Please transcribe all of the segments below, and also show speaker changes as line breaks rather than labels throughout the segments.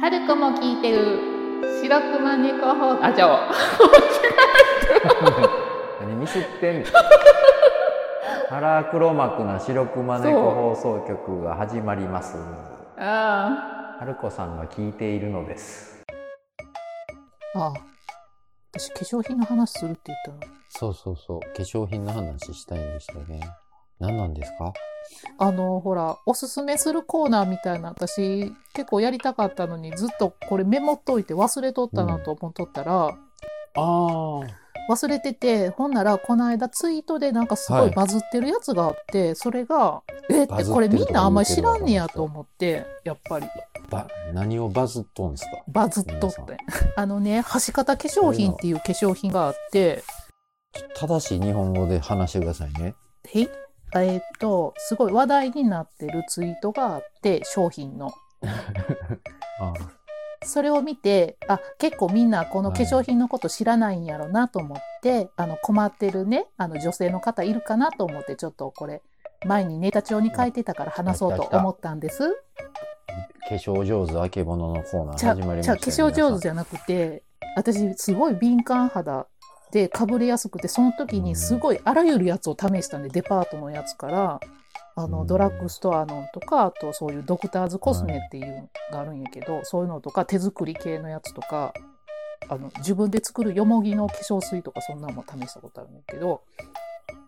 春子も聞いてる白熊猫放あじゃあ
何ミスって んの腹黒幕な白熊猫放送局が始まります
あ
春子さんが聞いているのです
ああ私化粧品の話するって言った
そうそうそう。化粧品の話したいんですよね。何なんですか
のあのほらおすすめするコーナーみたいな私結構やりたかったのにずっとこれメモっといて忘れとったなと思っとったら、
ああ。は
忘れててほんならこの間ツイートでなんかすご
はいい
バズってるやつがあって、それがえ
バズってる
って
と
こ
か
れみんなあんまり知らんねやと思ってやっぱり
ば、何をバズっとんですか
バズっとって あのね橋方化粧品っていう化粧品があって
ちょ正しい日本語で話してくださいね。
へいえーっとすごい話題になってるツイートがあって商品の
あ
それを見てあ結構みんなこの化粧品のこと知らないんやろなと思って、あの困ってるねあの女性の方いるかなと思ってちょっとこれ前にネタ帳に書いてたから話そうと思ったんです。
化粧上手あけぼののコーナー
じゃ
始まりまし
じ
た
ゃ
よ
あ化粧上手じ
皆
ゃなくて私すごい敏感肌でかぶれやすくてその時にすごいあらゆるやつを試したんでデパートのやつからあ
う
の
ん
ドラッグストアのとかあとそういうドクターズコスメっていうのがあるんやけど、そういうのとか手作り系のやつとかあの自分で作るよもぎの化粧水とかそんなのも試したことあるんやけど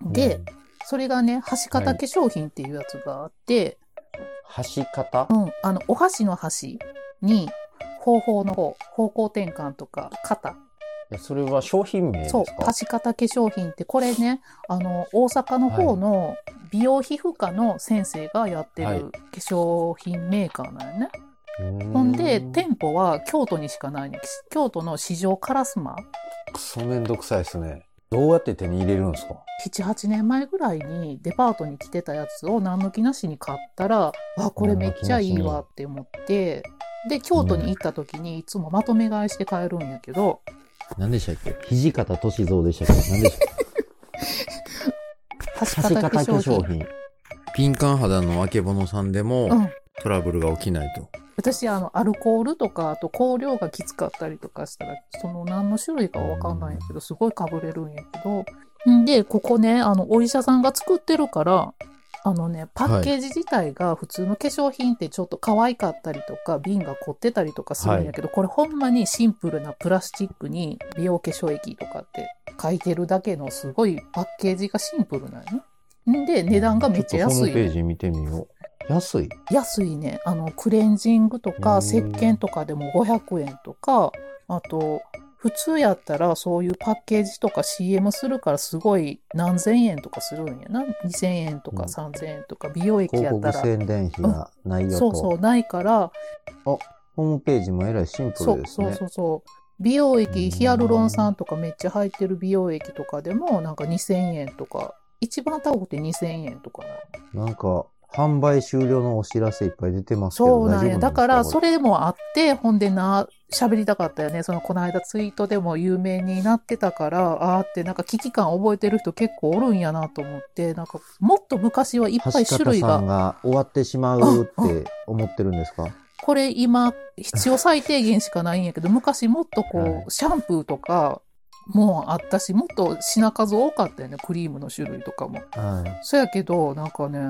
さん
で、
うん
それがね箸型
は
化
い
粧品っていうやつがあって。
箸型
うん、あのお箸の箸に方法の方方向転換とか型
いやそれは商品名です
そう
か
箸型化粧品ってこれねあの大阪の方の美容皮膚科の先生がやって
はい
る化粧品メーカーなんよね、
うー
ほんで店舗は京都にしかないね京都の市場烏丸
クソめんどくさいですね。どうやって手に入れるんですか
78年前ぐらいにデパートに来てたやつを何の気なしに買ったらあこれめっちゃいいわって思ってで京都に行った時にいつもまとめ買いして買えるんやけど、
何でしたっけ土方歳三でしたっけ何でしたっ け端
端型
型
化
化
粧品
粧品。敏感肌のあけぼのさんでも、
うん
トラブルが起きないと。
私あのアルコールとかあと香料がきつかったりとかしたらその何の種類かわかんないんやけどすごいかぶれるんやけどんでここねあのお医者さんが作ってるからあのねパッケージ自体が普通の化粧品ってちょっと可愛かったりとか瓶が凝ってたりとかするんやけど、これほんまにシンプルなプラスチックに美容化粧液とかって書いてるだけのすごいパッケージがシンプルなんよね。んで値段がめっちゃ
ょっとホー
安い
ムページ見てみよう。安い
安いねあのクレンジングと
う
か
ん
石鹸とかでも500円とかあと普通やったらそういうパッケージとか CM するからすごい何千円とかするんやな2000円とか
うん
3000円とか美容液
広
やった
告
ら、
宣伝費がないよと。
そうそうないから
ホームページもえらいシンプ
そ
ル
う
です
そう
ね。
そうそう美容
うん
液ヒアルロン酸とかめっちゃ入ってる美容液とかでもなんか2000円とか一番高くて2000円とかな
なんか、販売終了のお知らせいっぱい出てますけど、
そうなんや。
大丈夫
だから、
です
それもあって、ほんでな、喋りたかったよね。その、この間ツイートでも有名になってたから、あーって、なんか危機感覚えてる人結構おるんやなと思って、なんか、もっと昔はいっぱい
橋
種
方
類
さん
が、
が終わってしまうって思ってるんですか
これ今、必要最低限しかないんやけど、昔もっと
はい
こう、シャンプーとか、もうあったし、もっと品数多かったよね。クリームの種類とかも。
はい。
そやけど、なんかね、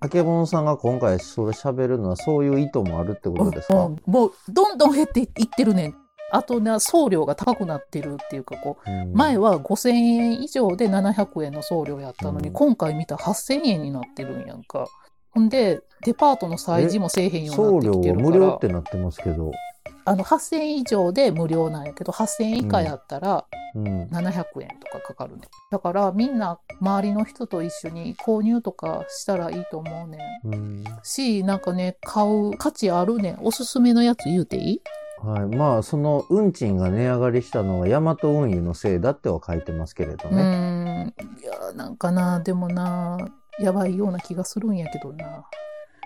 あけぼのさんが今回それ喋るのはそういう意図もあるってことですか、
うんもう、どんどん減っていってるねん。あとね、送料が高くなってるっていうか、こう、
うん
前は5000円以上で700円の送料やったのに、
うん
今回見たら8000円になってるんやんか。ほんで、デパートの催事もせえへんよ
送
うにな
料
ってきて
は
るから。
無料ってなってますけど、
あの、8000円以上で無料なんやけど、8000円以下やったら
うん、
700円とかかかるね。だからみんな周りの人と一緒に購入とかしたらいいと思うねん。
うん
し、なんかね、買う価値あるねん。おすすめのやつ言うていい
はい、まあその運賃が値上がりしたのはヤマト運輸のせいだっては書いてますけれど
う
ね、
ーん。いや、なんかな、でもな、やばいような気がするんやけどな。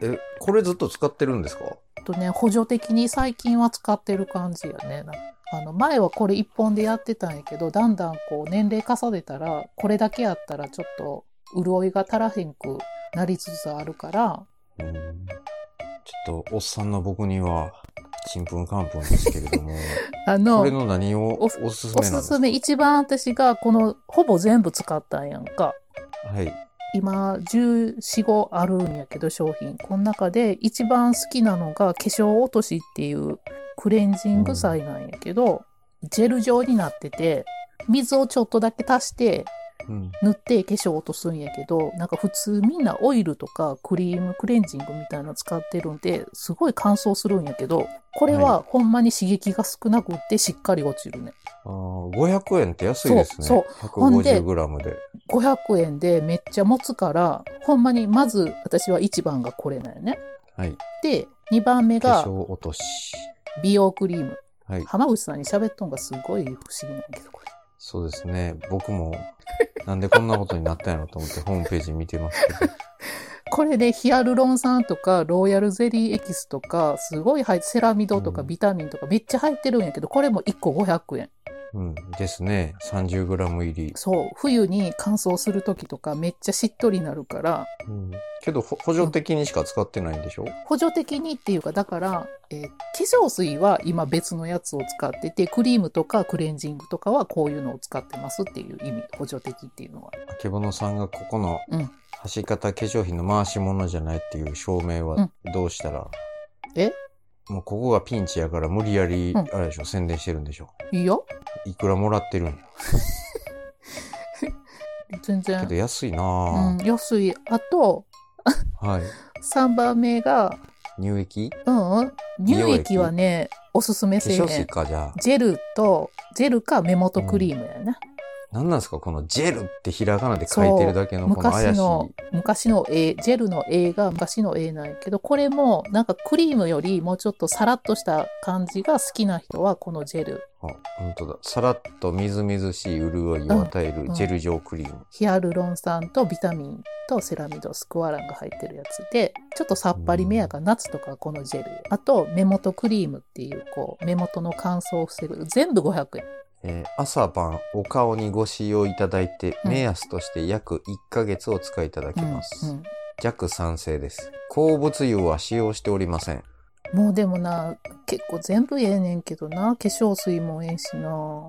えこれずっと使ってるんですか
とね補助的に最近は使ってる感じやねなあの前はこれ1本でやってたんやけどだんだんこう年齢重ねたらこれだけやったらちょっと潤いが足らへんくなりつつあるから
うんちょっとおっさんの僕にはちんぷんかんぷんですけれど も、
あ
これ
の、
の何をお
お
すす
お
めなんですすか
すめ、一番私がこの、ほぼ全部使ったんやんか。
はい。
今、14、5あるんやけど、商品。この中で一番好きなのが、化粧落としっていうクレンジング剤なんやけど、ジェル状になってて、水をちょっとだけ足して、
うん。
塗って化粧落とすんやけど、なんか普通みんなオイルとかクリームクレンジングみたいなの使ってるんで、すごい乾燥するんやけど、これはほんまに刺激が少なくってしっかり落ちるね。
あー500円って安いですね。
そうほんで
150g で。
500円でめっちゃ持つから、ほんまにまず私は1番がこれなんよね。
はい。
で、2番目
化
が
粧落とし。
美容クリーム。
はい。
浜口さんに喋っとんがすごい不思議なんやけど、これ。
そうですね。僕も、なんでこんなことになったんやろと 思ってホームページ見てますけど。
これでヒアルロン酸とかローヤルゼリーエキスとかすごい入ってセラミドとか
うん
ビタミンとかめっちゃ入ってるんやけどこれも1個500円
うん。ですね。30g 入り。
そう冬に乾燥する時とかめっちゃしっとりになるから
うん。けど、ほ補助的にしか使ってないんでしょ
補助的にっていうかだから、えー化粧水は今別のやつを使っててクリームとかクレンジングとかはこういうのを使ってますっていう意味補助的っていうのは
あけぼのさんがここの
うん
端方化粧品の回し物じゃないっていう証明
う
は
ん
どうしたら、
え
もうここがピンチやから無理やり、
うん
あれでしょ、宣伝してるんでしょ。
いいよ
いくらもらってるんや。
全
けど
然、
安いな
う
ぁ
ん、、安いあと
はい。
3番目が
乳液化
うんうん乳液はねおすすめせえ
粧
へ
水
ん
か、じゃあ。
ジェルとジェルか目元クリームやな、
何なんですかこのジェルってひらがなで書いてるだけのこの
昔
怪しい。
の昔の絵ジェルの絵が昔の絵なんやけどこれもなんかクリームよりもうちょっとさらっとした感じが好きな人はこのジェル
あ、本当だ。さらっとみずみずしい潤いを与えるジェル状クリーム。
ヒアルロン酸とビタミンとセラミドスクワランが入ってるやつでちょっとさっぱりめやが夏とかこのジェルあと目元クリームっていうこう目元の乾燥を防ぐ全部500円
えー朝晩お顔にご使用いただいて、
うん
目安として約1ヶ月お使いいただきます。
うんうん
弱酸性です。鉱物油は使用しておりません。
もうでもな、結構全部ええねんけどな、化粧水もええしな、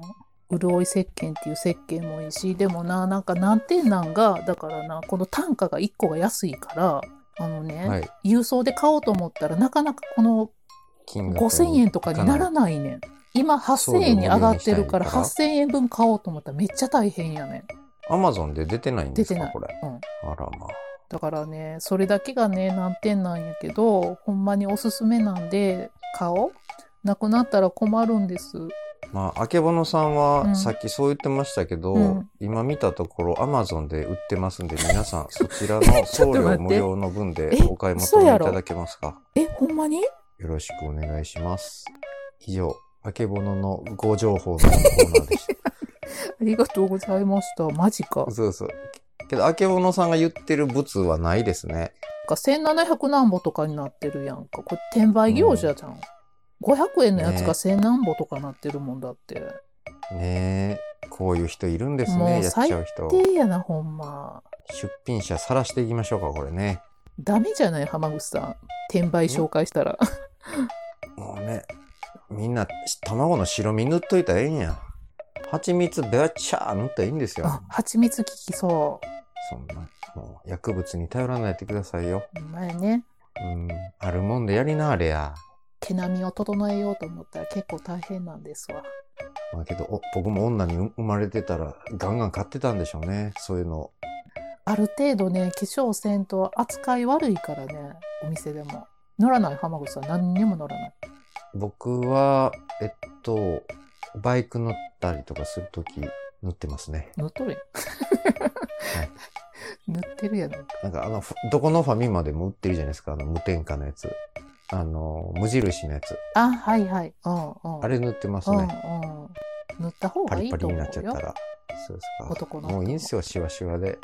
潤い石鹸っていう石鹸もええし、でもな、なんか難点なんが、だからな、この単価が1個が安いから、あのね、
はい。
郵送で買おうと思ったらなかなかこの
金額に
5000円とかにならないねん。今8000円に上がってるから
そうだよね
8000円分買おうと思ったらめっちゃ大変やねん。
アマゾンで出てないんですか
出て
これ。
うん
あらまあ。
だからね、それだけがね、難点なんやけど、ほんまにおすすめなんで、買おう。なくなったら困るんです。
まあ、あけぼのさん
う
は
ん
さっきそう言ってましたけど、
うん
今見たところアマゾンで売ってますんで、皆 さんそちらの送料無料の分で
え
お買い求
嘘
め
や
い
ろ
ただけますか
え、ほんまに
よろしくお願いします。以上、あけぼののご情報のコーナーでした。
ありがとうございました。マジ か。なん
そうそう。けど、あけぼのさんが言ってる物はないですね。
か1700何ぼとかになってるやんか。これ転売業者じゃん。500円のやつ
ね
が1000何ぼとかなってるもんだって。
ねえ。こういう人いるんです
もう
ね、やっちゃう人。
でやな、ほんま。
出品者晒していきましょうか、これね。
ダメじゃない、浜口さん。転売紹介したら。
もうね、みんな、卵の白身塗っといたらええんや。蜂蜜べっちゃー塗ったらいいんですよ
あ。、 蜂蜜効きそ
そんな、もう薬物に頼らないでくださいよ。
う。ほんまやね。
うん、あるもんでやりなあれや。
毛並みを整えようと思ったら結構大変なんですわ。
まあけど、お僕も女に生まれてたら、ガンガン買ってたんでしょうね。そういうの。
ある程度ね、化粧せんと扱い悪いからね、お店でも。乗らない、浜口さん。何にも乗らない。
僕は、えっと、バイク乗ったりとかするとき、塗ってますね。
塗っとるや ん。塗ってるやん。
なんかあの、ふどこのファミマでも売ってるじゃないですか。あの、無添加のやつ。あの、無印のやつ。
あ、はいはい。うんうん。
あれ塗ってます
うん
ね。
うん。塗った方
パ
がい
リ
い
パリ
と
に
思
なっちゃ
う
った
よ。
ら。そうですか。
男の人
もういいんすよ、シワシワで。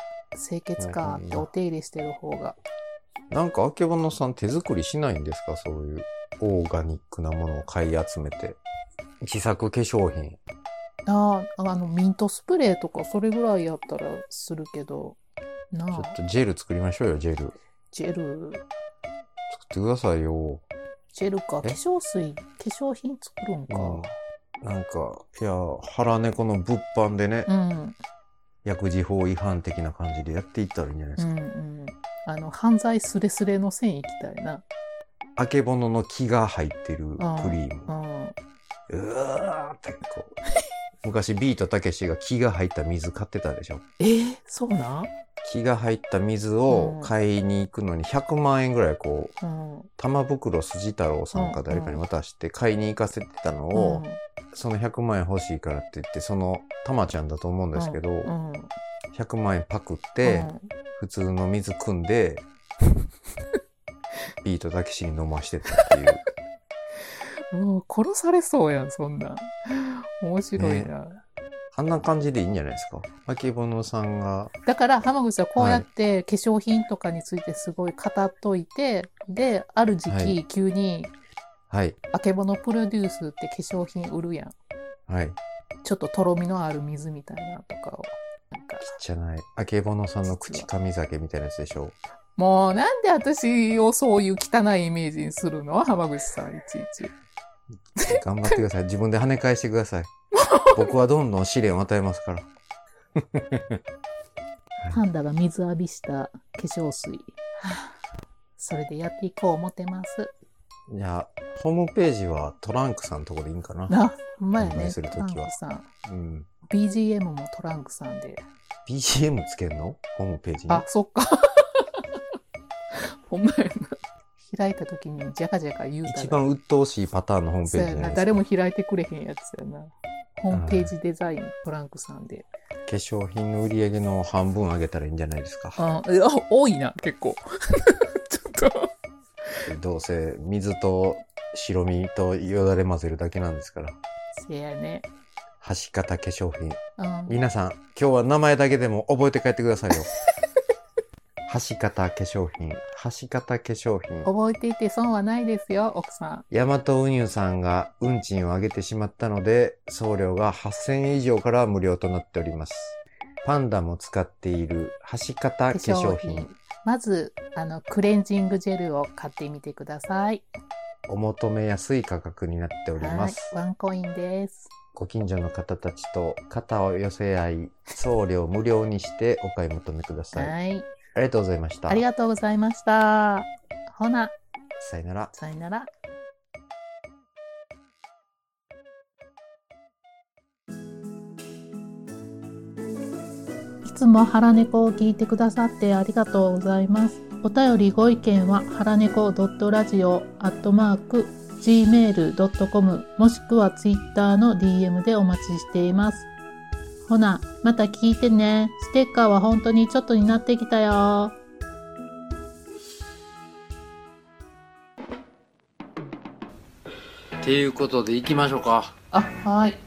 清潔感あってお手入れしてる方が。
なんか、あけぼのさん手作りしないんですかそういうオーガニックなものを買い集めて。自作化粧品。
ああ、あの、ミントスプレーとか、それぐらいやったらするけど、な
ちょ
あ
っ、とジェル作りましょうよ、ジェル。作
ジェル。
ってくださいよ。
ジェルか。化
え
粧水、化粧品作るんか。
なんか、いや、腹猫の物販でね、
うん、
薬事法違反的な感じでやっていったらいいんじゃないで
う
すか。
ん、うん。あの、犯罪スレスレの線行きたいな。
あけぼのの木が入ってるクリー
う
ム。
ん。
うわーってこう。昔ビートたけしが木が入った水買ってたでしょ。
えー、そうなん
木が入った水を買いに行くのに100万円ぐらいこう、
うん。
玉袋筋太郎さんか誰かに渡して買いに行かせてたのを、その100万円欲しいからって言って、その玉ちゃんだと思うんですけど、
うん、うん。
100万円パクって、普通の水汲んで、ビートたけしに飲ましてたっていう。
うん、もう殺されそうやん、そんなん。面白いな。
あんな感じでいいんじゃないですか。あけぼのさんが、
だから浜口さんこうやって化粧品とかについてすごい語っといて、である時期、
はい
急に
はい、
「あけぼのプロデュース」って化粧品売るやん
はい、
ちょっととろみのある水みたいなとかをなんか
じゃない。あけぼのさんの口紙酒みたいなやつでしょ。
もうなんで私をそういう汚いイメージにするの浜口さんいちいち
頑張ってください。自分で跳ね返してくだ さい。僕はどんどん試練を与えますから。
パンダが水浴びした化粧水はあ それでやっていこう思ってます
じゃあ、ホームページはトランクさんのとこでいいんかな。
なほんまや
販売
ね
す
ト
る
ラ
と
ン
き
ク
は
さん
うん。
BGM もトランクさんで
BGM つけんのホームページに。
あ、そっか。 ほんまやな。開いた時にジャカジャカ言うた
一
ら。
番鬱陶しいパターンのホームペ
そう
ージじ
や
ゃな
な。
いですか。
誰も開いてくれへんやつやな。ホームページデザイン、トランクさんで。
化粧品の売り上げの半分上げたらいいんじゃないですか。
うん、あ多いな、結構。 ちょっと。
どうせ水と白身とよだれ混ぜるだけなんですから。
せやね。
端型化粧品。
うん。
皆さん、今日は名前だけでも覚えて帰ってください よ。端型化粧品。端型化粧品。
覚えていて損はないですよ、奥さん。
ヤマト運輸さんが運賃を上げてしまったので、送料が8000円以上から無料となっております。パンダも使っている端型化粧品。。
まず、あの、クレンジングジェルを買ってみてください。
お求めやすい価格になっておりま
はい
す。。
ワンコインです。
ご近所の方たちと肩を寄せ合い、送料無料にしてお買い求めください。あ
はい。
りがとうございました。
ありがとうございました。ほな。
さよなら。
さよなら。いつも腹猫を聞いてくださってありがとうございます。お便りご意見は腹猫ドットラジオアットマーク gmail.com もしくはツイッターの DM でお待ちしています。ほな、また聞いてね。ステッカーは本当にちょっとになってきたよ。
ていうことで行きましょうか。
あ、はい。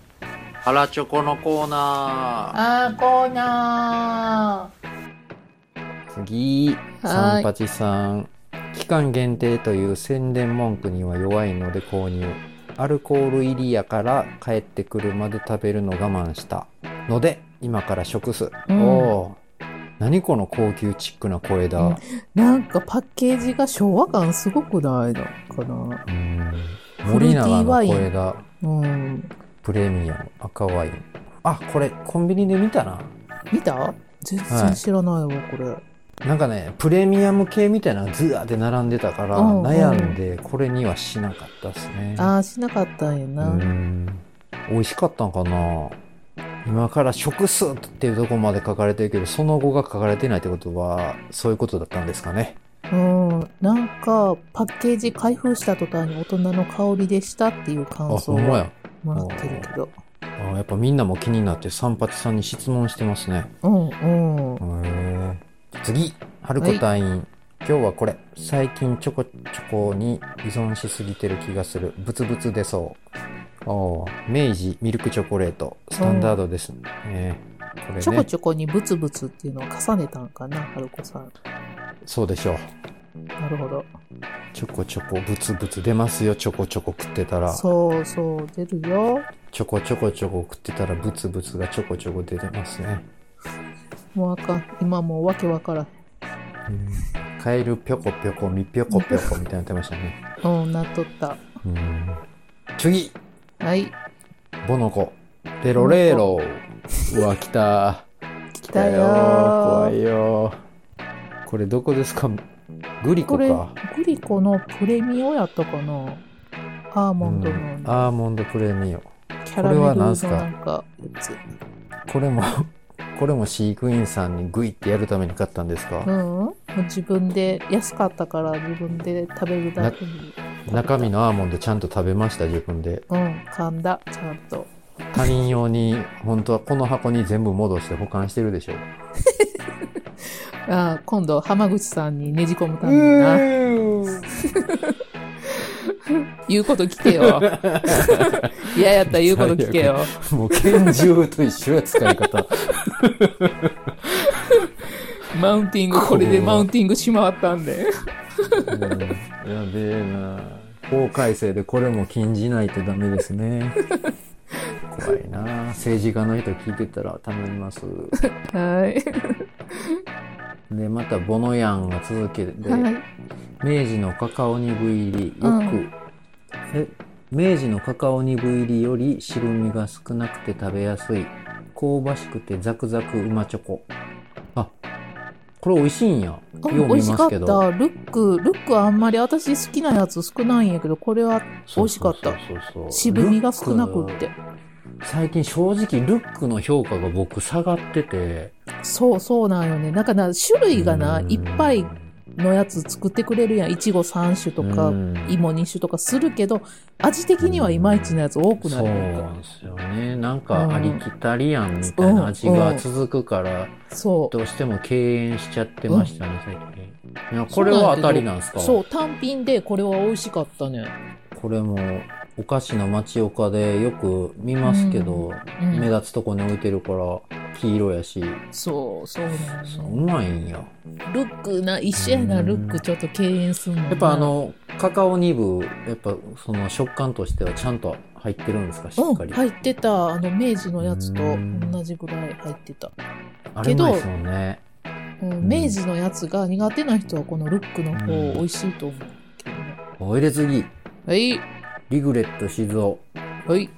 腹チョコのコーナ
あー、コーナー。
次、
はー
サ
い
ンパチさん。期間限定という宣伝文句には弱いので購入。アルコール入りやから帰ってくるまで食べるの我慢した。ので、今から食す。
うん
おー何この高級チックな声だ。
うんなんかパッケージが昭和感すごくないのかな。
うん
フルー
森
ティー
永の
ワイン
声だ。
うん。
プレミアム赤ワイン。あ、これコンビニで見たな。
見た全然知らないわ、これ。
なんかね、プレミアム系みたいなのがずらーって並んでたから、
うんうん
悩んでこれにはしなかったですね。
ああ、しなかったんや
う
な。
ん。美味しかったんかな今から食すっていうところまで書かれてるけど、その後が書かれてないってことは、そういうことだったんですかね。
うん。なんか、パッケージ開封した途端に大人の香りでしたっていう
あ、
感想
ほんま
を
や。
もらってるけど。
あやっぱみんなも気になって、三八さんに質問してますね。
うんうん。
へー次、春子隊員。今日はこれ。最近ちょこちょこに依存しすぎてる気がする。ブツブツ出そう。おー明治ミルクチョコレート。スタンダードですね。えーこれね。
ちょこちょこにブツブツっていうのを重ねたんかな、はるこさん。
そうでしょう。
なるほど。
ちょこちょこブツブツ出ますよ。ちょこちょこ食ってたら。
そうそう、出るよ。
ちょこちょこちょこ食ってたらブツブツがちょこちょこ出てますね。
もうあかん。今もうわけわから
う
ん。
んカエルぴょこぴょこみぴょこぴょこみたいになってましたね。
うん、なっとった。
うん次
はい。
ボノコペロレーロうわ来た
来
来
たよー
怖いよーこれどこですかグリコ
これ
か、
グリコのプレミオやったかなアーモンド
う
の
んアーモンドプレミオ
キャラメル
これは
の
な
なん
すか
んか、
これもこれも飼育員さんにグイってやるために買ったんです
う
か、
ん、もう自分で、安かったから自分で食べるだけに。
中身のアーモンドちゃんと食べました自分で
うん、噛んだ、ちゃんと。
他人用に本当はこの箱に全部戻して保管してるでしょ
ああ今度、浜口さんにねじ込むためにな。言うこと聞けよ。 嫌やったら言うこと聞けよ。
もう拳銃と一緒や使い方
マウンティング、これでマウンティングしまったんで。
うんやべえな法改正でこれも禁じないとダメですね怖いな政治家の人聞いてたら頼みます
はい。
でまたボノヤンが続けて、
はい。
明治のカカオニブ入りよく、
うん
え明治のカカオニブ入りより渋みが少なくて食べやすい香ばしくてザクザクうまチョコあこれ美味しいんやよ
あ
う
美
見
味し
ま
か
す
っ
け
た。ル
ど
ック、ルックあんまり私好きなやつ少ないんやけど、これは美味しかっ
そ
た
うそうそうそう
渋みが少なくっ
ルッ
て。
ク最近正直ルックの評価が僕下がってて
そうそうなんよね。なんかな、種類がな
う、ん
いっぱいのやつ作ってくれるやん。いちご3種と
う
か、
ん
芋2種とかするけど、味的にはいまいちのやつ多くな
そう
るやん
な
か
んですよねなんかありきたりやんみたいな味が続くから
そ
どうしても敬遠しちゃってましたね最近いやこれは当たりなんです
う。
か
そう、単品でこれは美味しかったね。
これもお菓子の町岡でよく見ますけど、
う
目
ん。
立つとこに置いてるから黄色やし
そう、そうなん
そう
よ
う
ね。
まいんや
ルックな、一緒やな、
うん
ルックちょっと敬遠すんのな。
やっぱあのカカオニブやっぱその食感としてはちゃんと入ってるんですかし
う
っ
ん、
かり、
入ってた。あの、明治のやつと
うん
同じぐらい入ってた。
あれうまいですもんね
うん、明治のやつが苦手な人はこのルックの方美味しいと思うけどね。
おいで次
はい、
リグレット静雄
はい。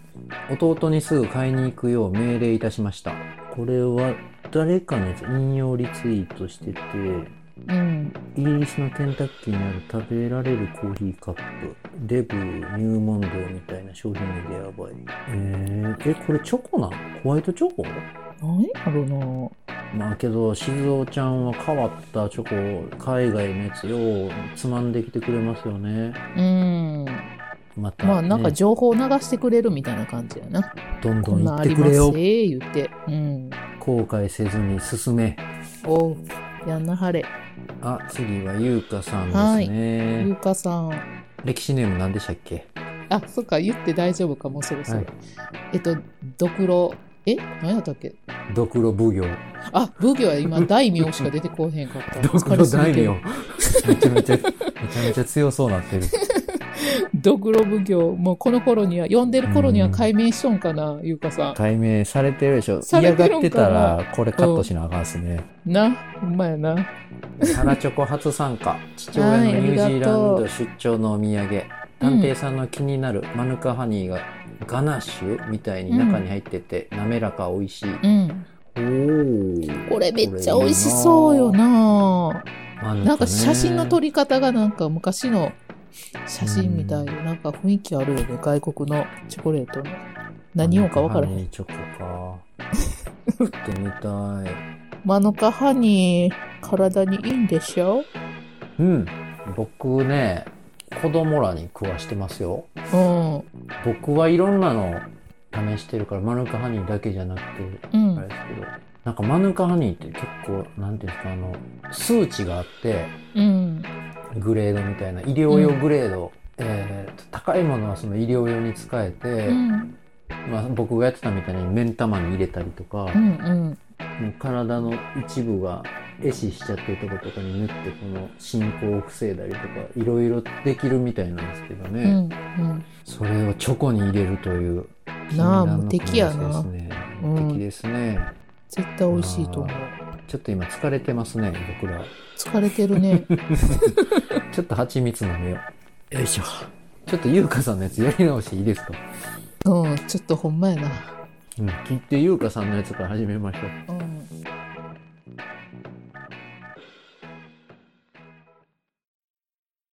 弟にすぐ買いに行くよう命令いたしましたこれは誰かのやつ引用リツイートしてて
うん。
イギリスのケンタッキーにある食べられるコーヒーカップデブー入門堂みたいな商品でやばいえー、えこれチョコなんホワイトチョコ
何やろな
まあけど静雄ちゃんは変わったチョコ海外のやつをつまんできてくれますよね
うん。
また、ね、
まあなんか情報流してくれるみたいな感じやな。
どんど
こん
ん言
なん
っ
あ
て
り
く
ま
れ
す
よ
え言って。うん。
後悔せずに進め
おう。やんなはれ。
あ次は優香さんですね、
ゆうかさん。
歴史ネーム何でしたっけ
あ、そっか、言って大丈夫か、もうそろそろ。
はい
えっと、ドクロ。え何やったっけ
ドクロ奉行
あ、奉行は今、大名しか出てこへんかっ た。
ドク
疲
ロ
れすぎ
大
てる
名めちゃめちゃめちゃめちゃ強そうなってる
ドクロ奉行、もうこの頃には、読んでる頃には解明しとんかな、ゆうかさ
解明されてるでしょ
され
嫌
てる
がっ
んかな
てたらこれカットしなあかんっすね、
ん。な、ほんまやな。
タラチョコ初参加父親のニュージーランド出張のお土産探偵さんの気になるマヌカハニーがガナッシュみたいに中に入ってて、滑らか美味しい、
うん。
おお
これめっちゃ美味しそうよな。なんか写真の撮
り
り方がなんか昔の写真みたいで、なんか雰囲気あるよね、外国のチョコレートの。何をか分からへ
マヌカハ
ん。
ニーチョコか食ってみたい
マヌカハニー、体にいいんでしょ
うん。僕ね、子供らに食わしてますよ。
うん。
僕はいろんなの試してるから、マヌカハニーだけじゃなくて、
う
あれ
ん。
ですけど、なんかマヌカハニーって結構、なんていうんですか、あの、数値があって、
うん。
グレードみたいな、医療用グレード。えーと高いものはその医療用に使えて、
うん。
まあ、僕がやってたみたいに目ん玉に入れたりとか、
うん。うん。
もう体の一部が壊死しちゃってるとことかに塗ってこの進行を防いだりとかいろいろできるみたいなんですけどね、
うん。
それをチョコに入れるという
なあ
禁断の
無敵やな
組み合わせですね
うん
無敵ですね、
絶対美味しいと思う。
ちょっと今疲れてますね僕ら
疲れてるね。
ちょっと蜂蜜飲めようよいしょ。ちょっと優香さんのやつやり直していいですか
うん、ちょっとほんまやな。
うん。切って優香さんのやつから始めましょう。
うん。